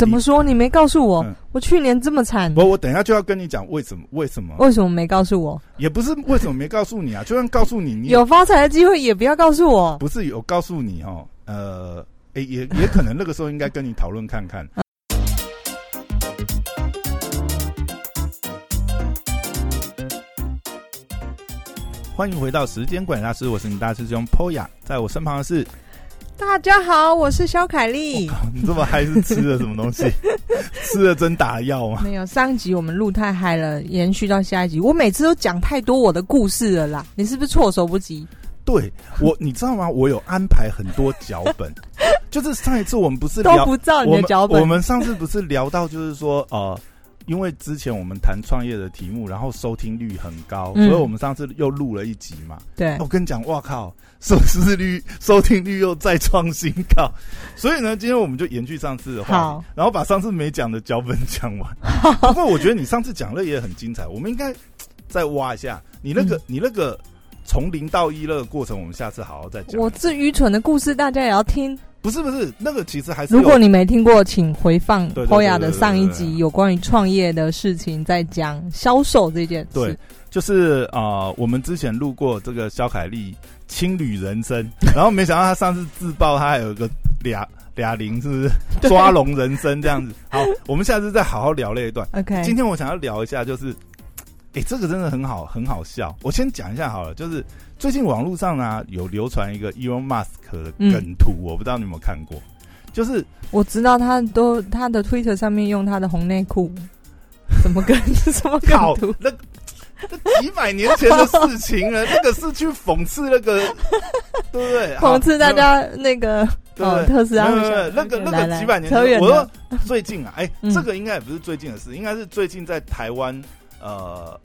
怎么说？你没告诉我，嗯我去年这么惨，我我等一下就要跟你讲为什么为什么，为什么没告诉我？也不是为什么没告诉你啊，就算告诉你，你也有发财的机会也不要告诉我。不是有告诉你哦，呃，诶也也可能那个时候应该跟你讨论看看。欢迎回到时间管理大师，我是你大师兄 Poya，在我身旁的是，大家好，我是小凯丽。你这么嗨是吃了什么东西？吃了针打药吗？没有上一集我们录太嗨了，延续到下一集。我每次都讲太多我的故事了啦，你是不是措手不及？对 我，你知道吗？我有安排很多脚本，就是上一次我们不是都聊不照你我的们脚我本。们上次不是聊到，就是说，呃，因为之前我们谈创业的题目，然后收听率很高，嗯哎所以我们上次又录了一集嘛。对我跟你讲，哇靠，收视率、收听率又再创新高。所以呢，今天我们就延续上次的话好题，然后把上次没讲的脚本讲 完。不过我觉得你上次讲的也很精彩，我们应该嘖再挖一下你那个、嗯你那个从零到一那个过程，我们下次好好再讲。我这愚蠢的故事大家也要听。不是不是，那个其实还是如有果你没听过，请回放对对对 Poya 对对的对上一对集，有关于创业的事情，在讲销售这件事。对，就是啊、呃我们之前录过这个肖凯丽青旅人生， 然后没想到他上次自曝他还有个俩俩零，是不是对 抓龙人生这样子？好，我们下次再好好聊那一段。 OK，今天我想要聊一下，就是，哎、这个真的很好，很好笑。我先讲一下好了，就是最近网络上呢有流传一个 Elon Musk 的嗯梗图，我不知道你有没有看过，就是我知道他都他的 Twitter 上面用他的红内裤，怎 么跟什么梗嗯靠图？那。那几百年前的事 情了，那个是去讽刺那个，对不对？好讽刺大家那个对不哦对？特斯拉没会有没有想呃那个那来个来几百年扯前，远我了说最近啊，哎，嗯这个应该也不是最近的事，应该是最近在台湾呃，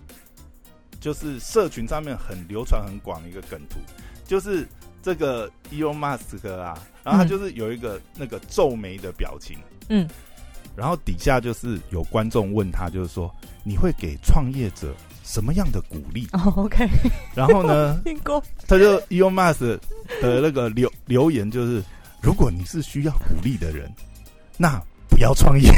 就是社群上面很流传很广的一个梗图，就是这个 Elon Musk 啊，然后他嗯就是有一个那个皱眉的表情，嗯，然后底下就是有观众问他，就是说你会给创业者什么样的鼓励？哦，OK，然后呢，听 过他就 Elon Musk 的那个留留言就是：如果你是需要鼓励的人，那不要创业。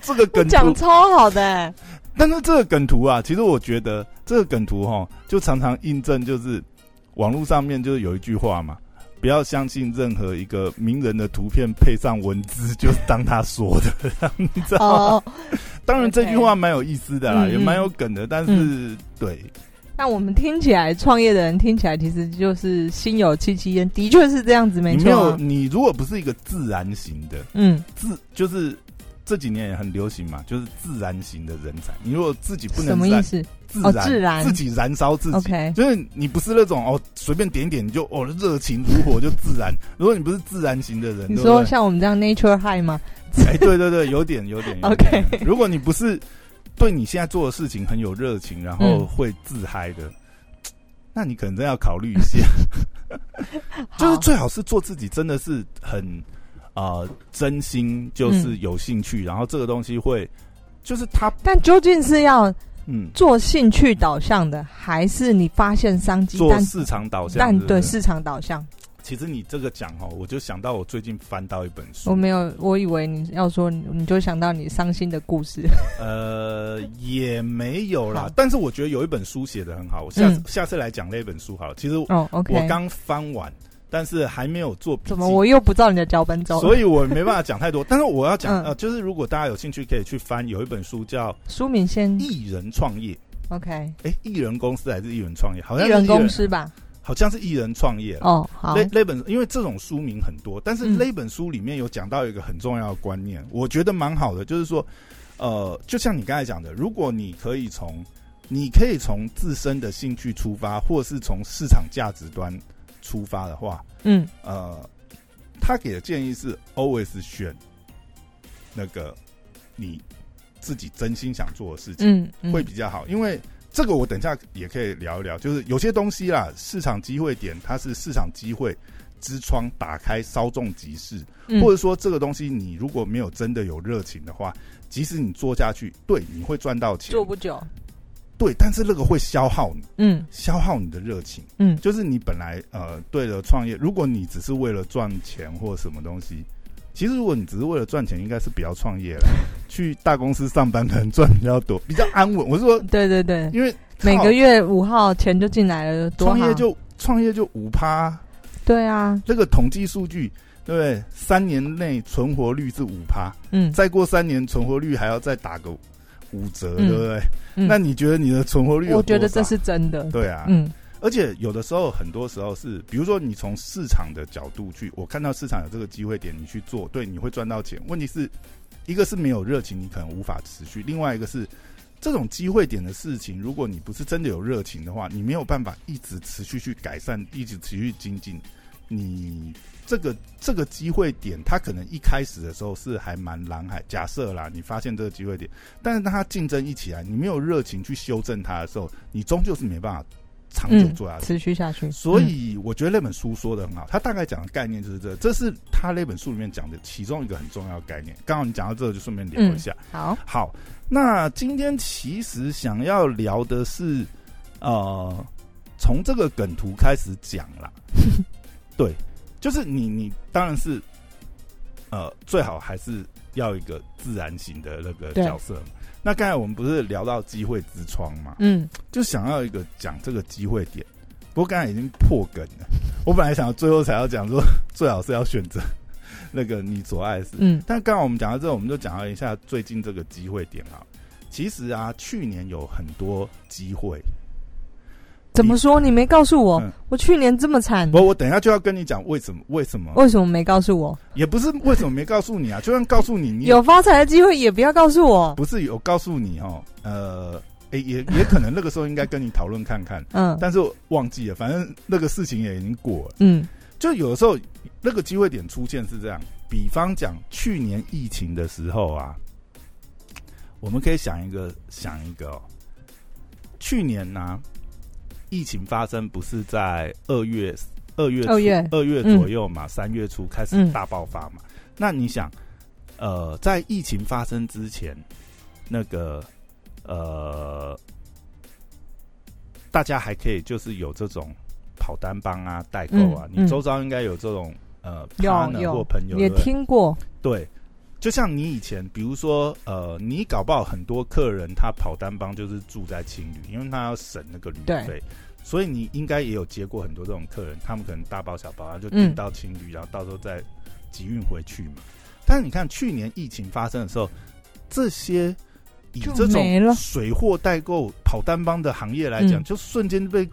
这个梗讲图，超好的欸， 但是这个梗图啊，其实我觉得这个梗图哈，就常常印证就是网络上面就是有一句话嘛，不要相信任何一个名人的图片配上文字 就是当他说的，你知道吗？哦，当然这句 OK 话蛮有意思的啦，嗯也蛮有梗的，但是对，那我们听起来，创业的人听起来其实就是心有戚戚焉，的确是这样子，没你错没有啊。你如果不是一个自然型的，嗯，自就是这几年也很流行嘛，就是自然型的人才。你如果自己不什能么自意燃，思自哦燃、自燃自己燃烧自己？OK，就是你不是那种哦随便点一点你就哦热情如火就自燃。如果你不是自然型的人，你对不说对？像我们这样 nature high 吗？哎，对对对，有点有点。有点 OK 如果你不是对你现在做的事情很有热情，然后嗯会自嗨的，那你可能真的要考虑一下。就是好最好是做自己，真的是很呃真心，嗯就是有兴趣，然后这个东西会就是他但究竟是要嗯做兴趣导向的，还是你发现商机做但市场导向，但对不对对市场导向？其实你这个讲哦，我就想到我最近翻到一本我书，没有，我以为你要说你，你就想到你伤心的故事。 呃，也没有啦好，但是我觉得有一本书写的很好，我下次、嗯下次来讲那本书好了。其实我哦，OK，刚翻完，但是还没有做笔记，怎么我又不照你的脚本走了？所以我没办法讲太多。但是我要讲、嗯呃，就是如果大家有兴趣，可以去翻有一本书叫《苏敏先艺人创业》。 OK，哎，艺人公司还是艺人创业？好像艺是人公，司吧？好像是艺人创业。哦，好那，那本因为这种书名很多，但是嗯那本书里面有讲到一个很重要的观念，我觉得蛮好的，就是说，呃，就像你刚才讲的，如果你可以从你可以从自身的兴趣出发，或是从市场价值端出发的话，嗯，呃，他给的建议是 always 选那个你自己真心想做的事情。嗯嗯，会比较好，因为这个我等一下也可以聊一聊，就是有些东西啦，市场机会点它是市场机会之窗打开，稍纵即逝，嗯或者说这个东西你如果没有真的有热情的话，即使你做下去，对，你会赚到钱做，不久，对，但是那个会消耗你，嗯消耗你的热情，嗯就是你本来呃对了创业，如果你只是为了赚钱或什么东西，其实如果你只是为了赚钱，应该是不要创 业了，去大公司上班可能赚比较多，比较安稳。我是说，对对对，因为每靠个月五号钱就进来了，多创好业就创业就五趴，对啊，这个统计数据。对不对？三年内存活率是五趴，嗯，再过三年存活率还要再打个五折，嗯对不对？嗯那你觉得你的存活率有我觉得多少这是真的，对啊，嗯而且有的时候，很多时候是，比如说你从市场的角度去，我看到市场有这个机会点，你去做，对，你会赚到钱。问题是，一个是没有热情，你可能无法持续；，另外一个是，这种机会点的事情，如果你不是真的有热情的话，你没有办法一直持续去改善，一直持续精进。你这个这个机会点，它可能一开始的时候是还蛮蓝海，假设啦，你发现这个机会点，但是当它竞争一起来，你没有热情去修正它的时候，你终究是没办法长久嗯做下去。持续下去，所嗯以我觉得那本书说的很好，他大概讲的概念就是这，这是他那本书里面讲的其中一个很重要的概念。刚好你讲到这，就顺便聊一下。嗯好，好，那今天其实想要聊的是，呃，从这个梗图开始讲 啦。对，就是你你当然是，呃，最好还是要一个自然型的那个对角色嘛。那刚才我们不是聊到机会之窗嘛？嗯，就想要一个讲这个机会点。不过刚才已经破梗了， 我本来想最后才要讲说，最好是要选择那个你所爱的事。嗯但刚刚我们讲到这，我们就讲到一下最近这个机会点啊。其实啊，去年有很多机会，怎么说？你没告诉我嗯，我去年这么惨，我我等一下就要跟你讲为什么，为什么为什么没告诉我？也不是为什么没告诉你啊，就算告诉你，你也有发财的机会也不要告诉我。不是有告诉你哦，呃，诶、也也可能那个时候应该跟你讨论看看，嗯但是我忘记了，反正那个事情也已经过了。嗯就有的时候那个机会点出现是这样，比方讲去年疫情的时候啊，我们可以想一个想一个、哦，去年呢、疫情发生不是在二月二月初二月二月左右嘛，三、月初开始嗯大爆发嘛。那你想，呃，在疫情发生之前，那个呃，大家还可以就是有这种跑单帮啊、代购啊，嗯你周遭应该有这种呃有 partner 有或朋友也对不对听过，对。就像你以前，比如说，呃，你搞不好很多客人他跑单帮就是住在青旅，因为他要省那个旅对费，所以你应该也有接过很多这种客人，他们可能大包小包，然后就嗯订到青旅，然后到时候再集运回去嘛。但是你看去年疫情发生的时候，这些以就这没了种水货代购跑单帮的行业来讲，嗯就瞬间被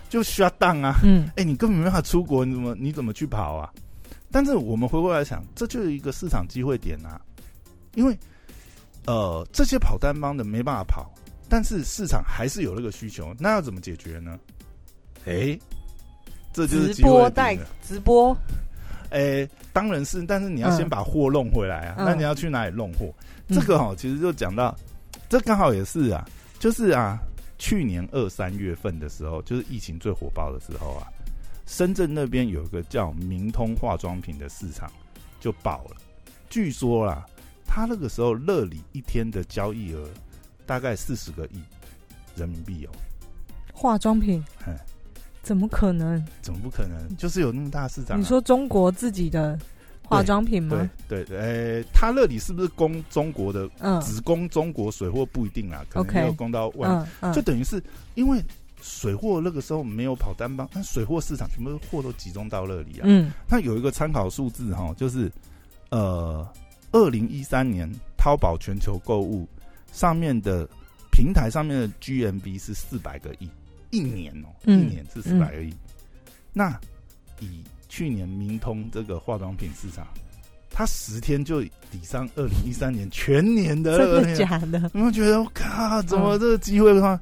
就 shut down 啊，嗯哎、你根本没办法出国，你怎么你怎么去跑啊？但是我们回过来想，这就是一个市场机会点啊，因为呃，这些跑单帮的没办法跑，但是市场还是有那个需求，那要怎么解决呢？哎、这就是直机会播点带了直播，哎、当然是，但是你要先嗯把货弄回来啊，嗯那你要去哪里弄货？嗯这个哈、哦其实就讲到，这刚好也是啊，就是啊，去年二三月份的时候，就是疫情最火爆的时候啊，深圳那边有一个叫明通化妆品的市场就爆了。据说啦，他那个时候乐里一天的交易额大概四十个亿人民币哦，化妆品嗯，怎么可能？怎么不可能？就是有那么大的市场、啊。你说中国自己的化妆品吗对？对，对呃，他乐里是不是供中国的嗯只供中国水货不一定啦，可能 OK 没有供到外面嗯嗯，就等于是因为水货那个时候没有跑单帮，但水货市场全部货都集中到那里啊。嗯那有一个参考数字哈，就是呃，二零一三年淘宝全球购物上面的平台上面的 GMV 是四百个亿，一年哦、嗯一年是四百个亿。那以去年明通这个化妆品市场，它十天就抵上二零一三年全年的嗯真二 零的假的？有没有觉得我靠，怎么嗯这个机会的话？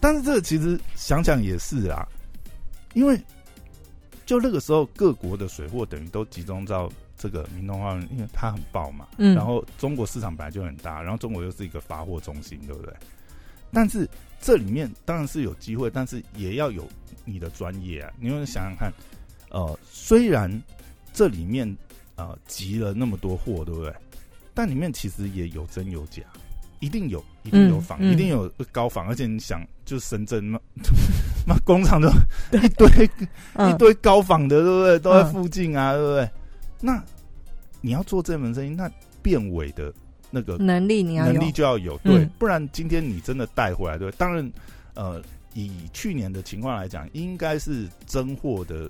但是这个其实想想也是啊，因为就那个时候各国的水货等于都集中到这个明东化，因为它很爆嘛，嗯然后中国市场本来就很大，然后中国又是一个发货中心，对不对？但是这里面当然是有机会，但是也要有你的专业啊。你要想想看，呃，虽然这里面呃集了那么多货，对不对？但里面其实也有真有假，一定有，一定有仿，嗯嗯一定有高仿。而且你想，就深圳 嘛，那工 厂都一堆一嗯堆高仿的，对不对？都在嗯附近啊，对不对？那你要做这门生意，那变伪的那个能力你要能有力，就要有，对，嗯不然今天你真的带回来，对，当然，呃，以去年的情况来讲，应该是真货的，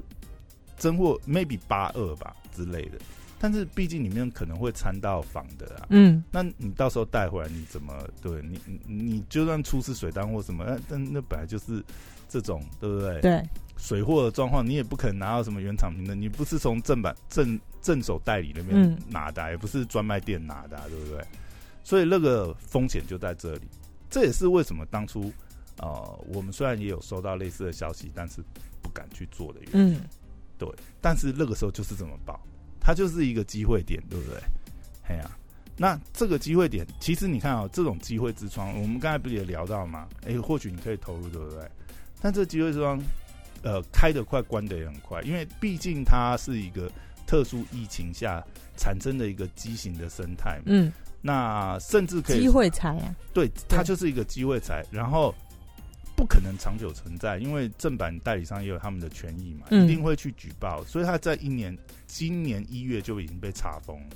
真货 maybe 八二吧之类的，但是毕竟里面可能会掺到仿的啊，嗯，那你到时候带回来你怎么对你你你就算出示水单或什么，那但那本来就是这种，对不对？对，水货的状况，你也不可能拿到什么原厂凭证，你不是从正版正正手代理那边嗯拿的啊、也不是专卖店拿的啊、对不对？所以那个风险就在这里，这也是为什么当初呃，我们虽然也有收到类似的消息，但是不敢去做的原因。嗯，但是那个时候就是这么报，它就是一个机会点，对不对？哎呀、那这个机会点，其实你看啊、这种机会之窗，我们刚才不是也聊到吗？哎、或许你可以投入，对不对？但这机会之窗，呃，开得快，关得也很快，因为毕竟它是一个特殊疫情下产生的一个畸形的生态嘛。嗯，那甚至可以机会财啊，对，它对就是一个机会财，然后不可能长久存在，因为正版代理商也有他们的权益嘛，嗯一定会去举报，所以他在一年，今年一月就已经被查封了，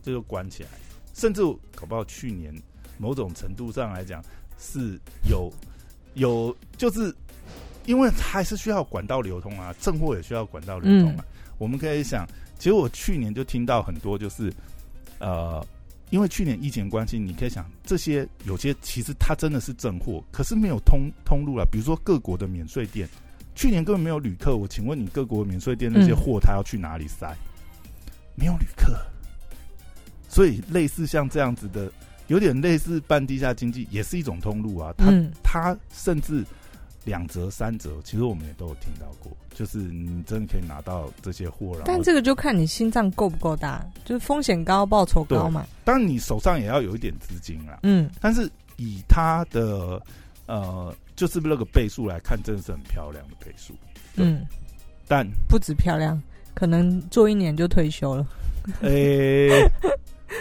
这就关起来，甚至搞不好去年某种程度上来讲是有有就是。因为还是需要管道流通啊，正货也需要管道流通啊。我们可以想，其实我去年就听到很多，就是呃，因为去年疫情关系，你可以想这些有些其实它真的是正货，可是没有通通路了。比如说各国的免税店，去年根本没有旅客。我请问你，各国免税店那些嗯货它要去哪里塞？没有旅客，所以类似像这样子的，有点类似半地下经济，也是一种通路啊。它、嗯，它甚至两折三折，其实我们也都有听到过，就是你真的可以拿到这些货，然后但这个就看你心脏够不够大，就是风险高报酬高嘛，当然你手上也要有一点资金啊啦。嗯但是以它的呃，就是那个倍数来看，真的是很漂亮的倍数。嗯， 但不止漂亮，可能做一年就退休了，诶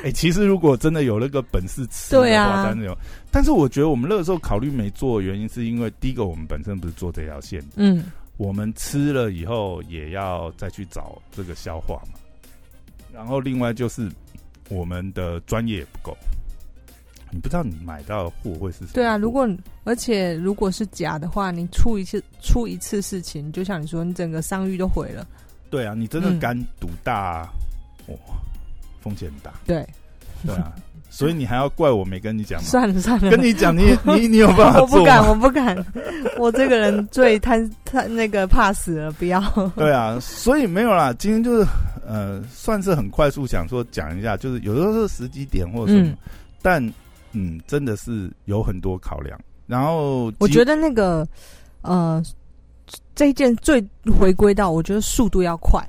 诶、其实如果真的有那个本事吃对的话，啊当然有。但是我觉得我们那个时候考虑没做，原因是因为第一个我们本身不是做这条线的，嗯，我们吃了以后也要再去找这个消化嘛。然后另外就是我们的专业也不够，你不知道你买到的货会是什么货。对啊，如果而且如果是假的话，你出一次出一次事情，就像你说，你整个商誉都毁了，对啊，你真的嗯敢赌大、啊，哇、风 险很大，对，对啊，所以你还要怪我没跟你讲吗？算了算了， 跟你讲，你你你有办法我不做敢，吗？我不敢，我这个人最贪贪那个怕死了，不要。对啊，所以没有啦。今天就是呃，算是很快速想说讲一下，就是有的时候是时机点或者什么，嗯但嗯，真的是有很多考量。然后我觉得得那个呃，这一件最回归到，我觉得速度要快，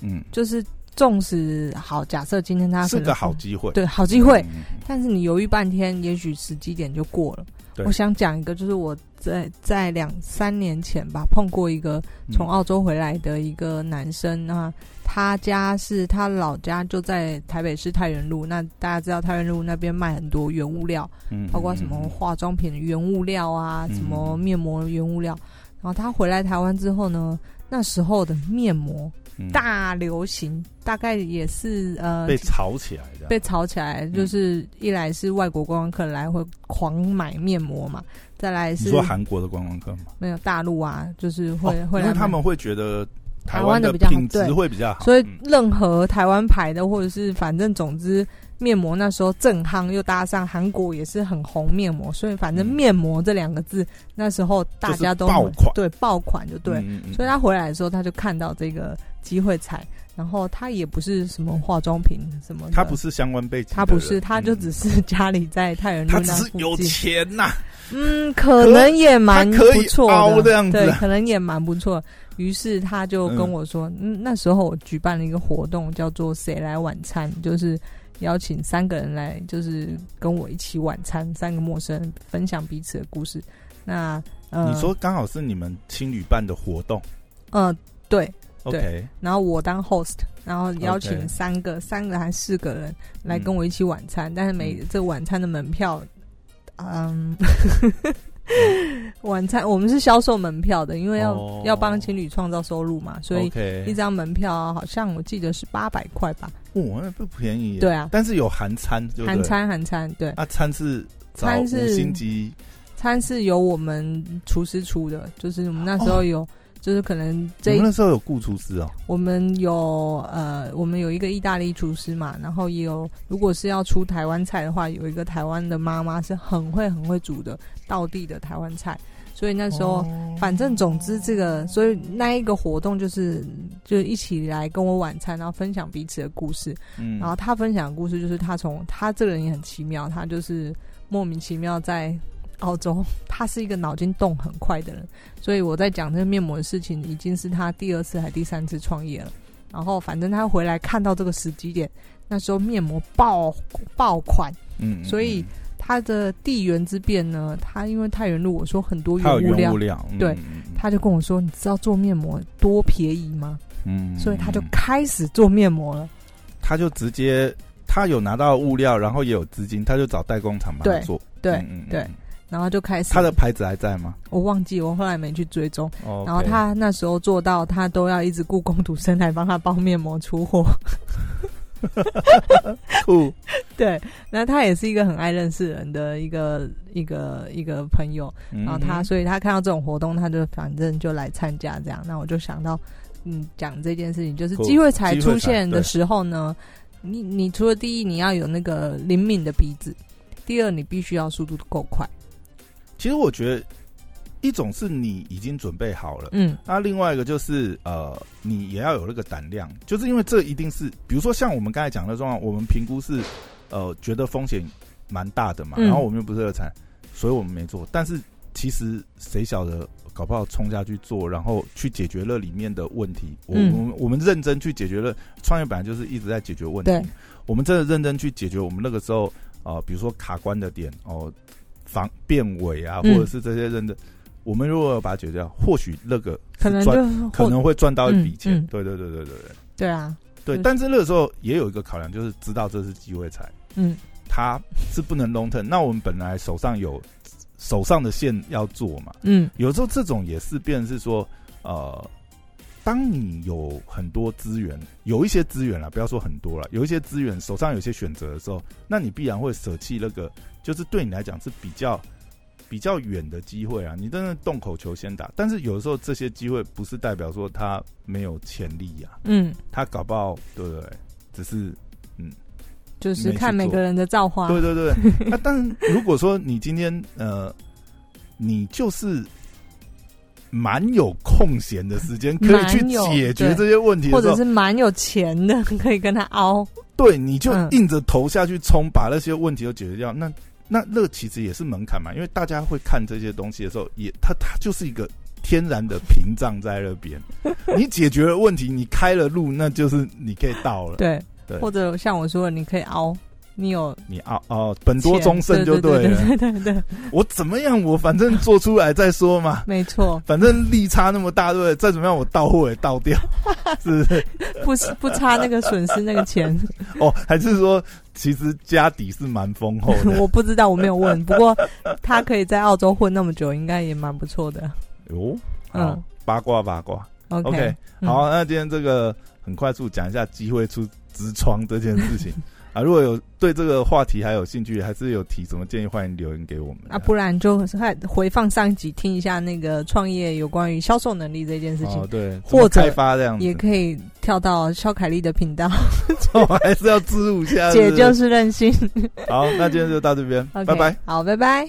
嗯就是纵使好，假设今天他是个好机会，对好机会，嗯，但是你犹豫半天，也许时机点就过了对。我想讲一个，就是我在在两三年前吧，碰过一个嗯从澳洲回来的一个男生那他家是他老家就在台北市太原路，那大家知道太原路那边卖很多原物料，嗯包括什么化妆品的原物料啊，嗯什么面膜的原物料。然后他回来台湾之后呢，那时候的面膜嗯大流行，大概也是呃被炒起来的，被炒起来，嗯就是一来是外国观光客来会狂买面膜嘛，再来你是说韩国的观光客吗？没有大陆啊，就是会哦会因来为他买们会觉得台台湾的的比较好品质对会比较好，所以嗯任何台湾牌的，或者是反正总之面膜那时候正夯，又搭上韩国也是很红面膜，所以反正嗯面膜这两个字那时候大家都就是爆款对爆款就对。嗯嗯嗯所以他回来的时候，他就看到这个机会彩，然后他也不是什么化妆品什么的，嗯他不是，是相关背景的人，他不是，他就嗯只是 家里在太原路他只那是附有近，钱呐、嗯，可能也蛮他可不以错凹的，这样子啊对，可能也蛮不错。于是他就跟我说，嗯，那时候我举办了一个活动，叫做“谁来晚餐”，就是邀请三个人来，就是跟我一起晚餐，三个陌生人分享彼此的故事。那呃，你说刚好是你们青旅办的活动呃，对， ，OK，然后我当 host，然后邀 OK 请三个、三个还是四个人来嗯跟我一起晚餐，但是每这晚餐的门票，嗯， 晚餐我们是销售门票的，因为要、嗯哦要帮情侣创造收入嘛，所以 OK，一张门票好像我记得是八百块吧，哦，那不便宜耶。对啊但是有含餐，对不对含餐含餐，对，啊，餐是找餐是五星级餐是由我们厨师出的，就是我们那哦时候有，就是可能这你一们那时候有雇厨师哦，我们有呃，我们有一个意大利厨师嘛，然后也有，如果是要出台湾菜的话，有一个台湾的妈妈是很会很会煮的道地的台湾菜，所以那时候、哦反正总之这个，所以那一个活动就是就一起来跟我晚餐，然后分享彼此的故事，嗯然后他分享的故事就是他从他这个人也很奇妙，他就是莫名其妙在澳洲，他是一个脑筋动很快的人，所以我在讲这个面膜的事情，已经是他第二次还第三次创业了。然后反正他回来看到这个时机点，那时候面膜爆爆款，嗯，嗯所以他的地缘之变呢，他因为太原路我说很多嗯还有原物原料物，料，嗯对，他就跟我说，你知道做面膜多便宜吗？嗯所以他就嗯开始做面膜了。他就直接他有拿到物料，然后也有资金，他就找代工厂帮他对做，对嗯嗯嗯对然后就开始他的牌子还在吗？我忘记，我后来没去追踪。哦然后 OK 他那时候做到，他都要一直雇工读生来帮他包面膜出货。 嗯酷，对，那他也是一个很爱认识人的一个一个一个朋友。然然后他，所以他看到这种活动，他就反正就来参加这样。那我就想到，嗯，讲这件事情，就是酷机会才机会出才现的对时候呢，你你除了第一你要有那个灵敏的鼻子，第二你必须要速度够快。其实我觉得一种是你已经准备好了。嗯，那另外一个就是呃，你也要有那个胆量，就是因为这一定是，比如说像我们刚才讲的状况，我们评估是呃觉得风险蛮大的嘛，嗯然后我们又不是热产，所以我们没做。但是其实谁晓得，搞不好冲下去做，然后去解决了里面的问题。我嗯我们我们认真去解决了，创业本来就是一直在解决问题对，我们真的认真去解决我们那个时候呃，比如说卡关的点哦、防变尾啊，或嗯者是这些认真。我们如果有把它解决掉，或许那个是可能赚就可能会赚到一笔嗯钱。嗯对对对对对对对啊，对。嗯但是那个时候也有一个考量，就是知道这是机会财，嗯它是不能 long term。那我们本来手上有手上的线要做嘛，嗯有时候这种也是变成是说，呃，当你有很多资源，有一些资源啦，不要说很多啦，有一些资源手上有些选择的时候，那你必然会舍弃那个，就是对你来讲是比较比较远的机会啊。你真的动口球先打，但是有的时候这些机会不是代表说他没有潜力呀、啊，嗯，他搞不好对不对？只是就是没去看每做个人的造化。对 对对，那、但如果说你今天呃，你就是蛮有空闲的时间，可以去蛮有解决对这些问题或的时者候，是蛮有钱的，可以跟他凹。对，你就嗯硬着头下去冲，把那些问题都解决掉。那那那其实也是门槛嘛，因为大家会看这些东西的时候，也它它就是一个天然的屏障在那 边。你解决了问题，你开了路，那就是你可以到了。对，对或者像我说的，你可以凹，你有你啊哦，本多终身就对了。对对对对，对我怎么样，我反正做出来再说嘛。没错，反正利差那么大，对不对？再怎么样，我到货也到 掉，是不是？不是不差那个损失那个钱，哦，还是说其实家底是蛮丰厚 的？我不知道，我没有问。不过他可以在澳洲混那么久，应该也蛮不错的。哟，好、嗯八卦八卦。 OK，, OK，嗯好，啊那今天这个很快速讲一下机会出直窗这件 事情啊。如果有对这个话题还有兴趣，还是有提什么建议，欢迎留言给我们啊，不然就看回放上一集听一下那个创业有关于销售能力这件事情，哦，对，或者怎么开发这样也 子，可以跳到肖凯丽的频道，我还是要植入一下。 姐就是是任性。不是好，那今天就到这边， OK，拜拜。好，拜拜。